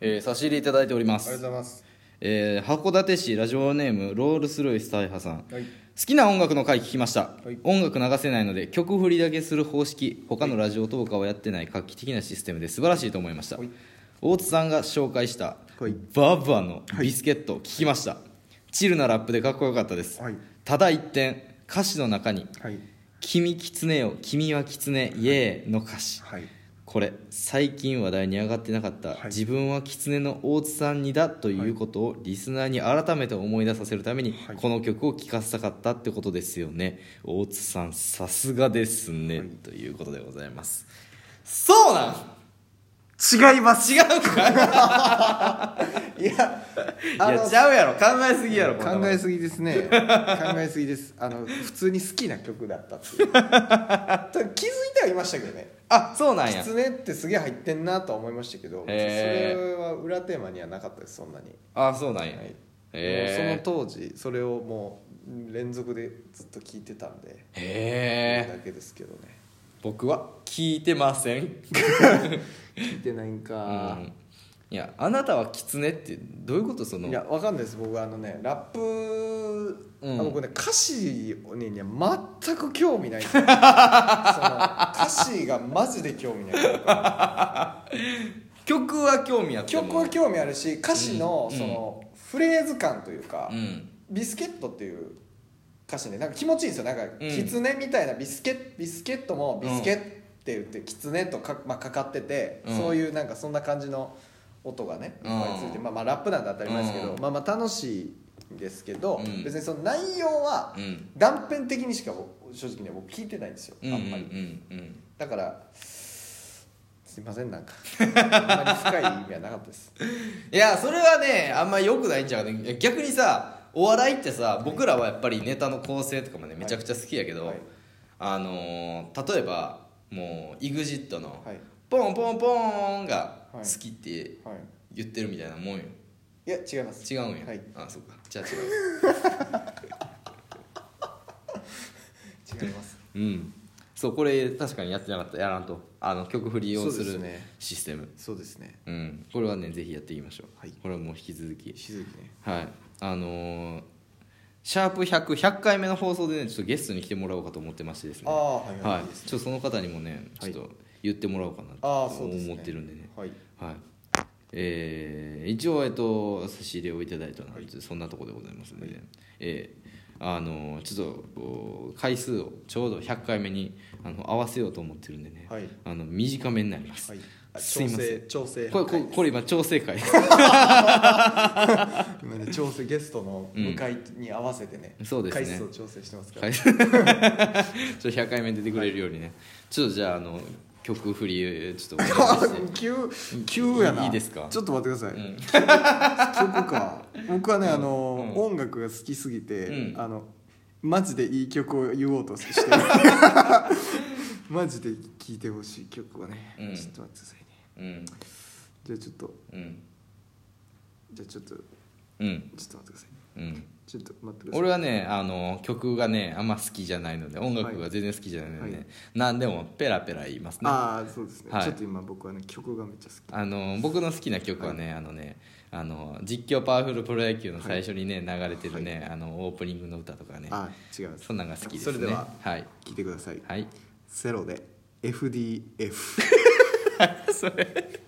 えー差し入れいただいておりますありがとうございますえー函館市ラジオネームロールスロイス大破さん、はい好きな音楽の回聞きました、はい音楽流せないので曲振りだけする方式他のラジオとかはやってない画期的なシステムで素晴らしいと思いました、はい大津さんが紹介したはいババのビスケット聞きました、チルなラップでかっこよかったです、はいただ一点歌詞の中にはい「君キツネよ君はキツネイエー」の歌詞はいこれ最近話題に上がってなかった、い自分は狐の大津さんにだということをリスナーに改めて思い出させるために、はいこの曲を聴かせたかったってことですよね大津さんさすがですね、ということでございますそうなん違います違うか いやいあやのちゃうやろ考えすぎやろこんなもん考えすぎですね考えすぎですあの普通に好きな曲だったっていうただ 気づいてはいましたけどねあそうなんや狐ってすげえ入ってんなとは思いましたけどそへーれは裏テーマにはなかったですそんなに、あそうなんや、はいへーもうその当時それをもう連続でずっと聞いてたんでへだえけですけどね僕は聞いてません聞いてないんか、うんいやあなたは狐ってどういうことそのいやわかんないです僕あのねラップ、うんあ僕ね歌詞にね全く 興味ないんですよその歌詞がマジで興味ない曲は興味あっても曲は興味あるし歌詞のうんそのフレーズ感というか、うんビスケットっていう歌詞ねなんか気持ちいいんですよなんか「うんキツネ」みたいなビスケビスケットも「ビスケ」って言って「キツネ」とか,、まあ、かかってて、うんそういうなんかそんな感じの音がねいっぱいついて、うんまあ、まあラップなんで当たり前ですけうど、んまあまあ楽しいんですけど、うん別にその内容はうん断片的にしか僕正直ね僕聞いてないんですよあうんんうまんり。うんだからすいませんなんかあんまり深い意味はなかったですいやそれはねあんま良くないんちゃうかね逆にさお笑いってさ僕らはやっぱりネタの構成とかもねめちゃくちゃ好きやけど、はいあのー例えばもう EXIT のはい「ポンポンポーン」が好きってはい言ってるみたいなもんよいや違います違うんよ、はいあそっかじゃあ違う違 いますうんそうこれ確かにやってなかったやらんとあの曲振りをすそうでするねシステムそうですねうん、これはねぜひやっていきましょう、はいこれはもう引き続きしずきねはいあのーシャープ100100回目の放送でねちょっとゲストに来てもらおうかと思ってましてですねああはいはいはいいいですねちょっとその方にもねちょっと言ってもらおうかなああとそうですね思ってるんでねはいはいえー一応、えっと、差し入れをいただいたのは、そんなところでございますので、えーあのーちょっとこう回数をちょうど100回目にあの合わせようと思ってるんでね、はいあの短めになります、はいあすい調ませ整ん調整これこれこれ今調整 会今ね調整ゲストの向かいに合わせてねそうですね回数を調整してますから はいちょっと100回目出てくれるようにね、ちょっとじゃああの曲振りちょっとお願いして 急急やないいいですかちょっと待ってください、うん曲か僕はねあの、音楽が好きすぎて、うんあのマジでいい曲を言おうとし てるマジで聴いてほしい曲をね、うんちょっと待ってくださいねうんじゃあちょっとうんじゃあちょっとちょっうんと待ってくださいねうんちょっと待ってください俺はねあの曲がねあんま好きじゃないので音楽が全然好きじゃないので、ねはい何でもペラペラ言いますねあああそうですね、はいちょっと今僕はね曲がめっちゃ好きの僕の好きな曲はね、あのねあの実況パワフルプロ野球の最初にね流れてるね、あのオープニングの歌とかねあー違いますそんなんが好きですねそれではい聴いてください、はいセロで FDF それ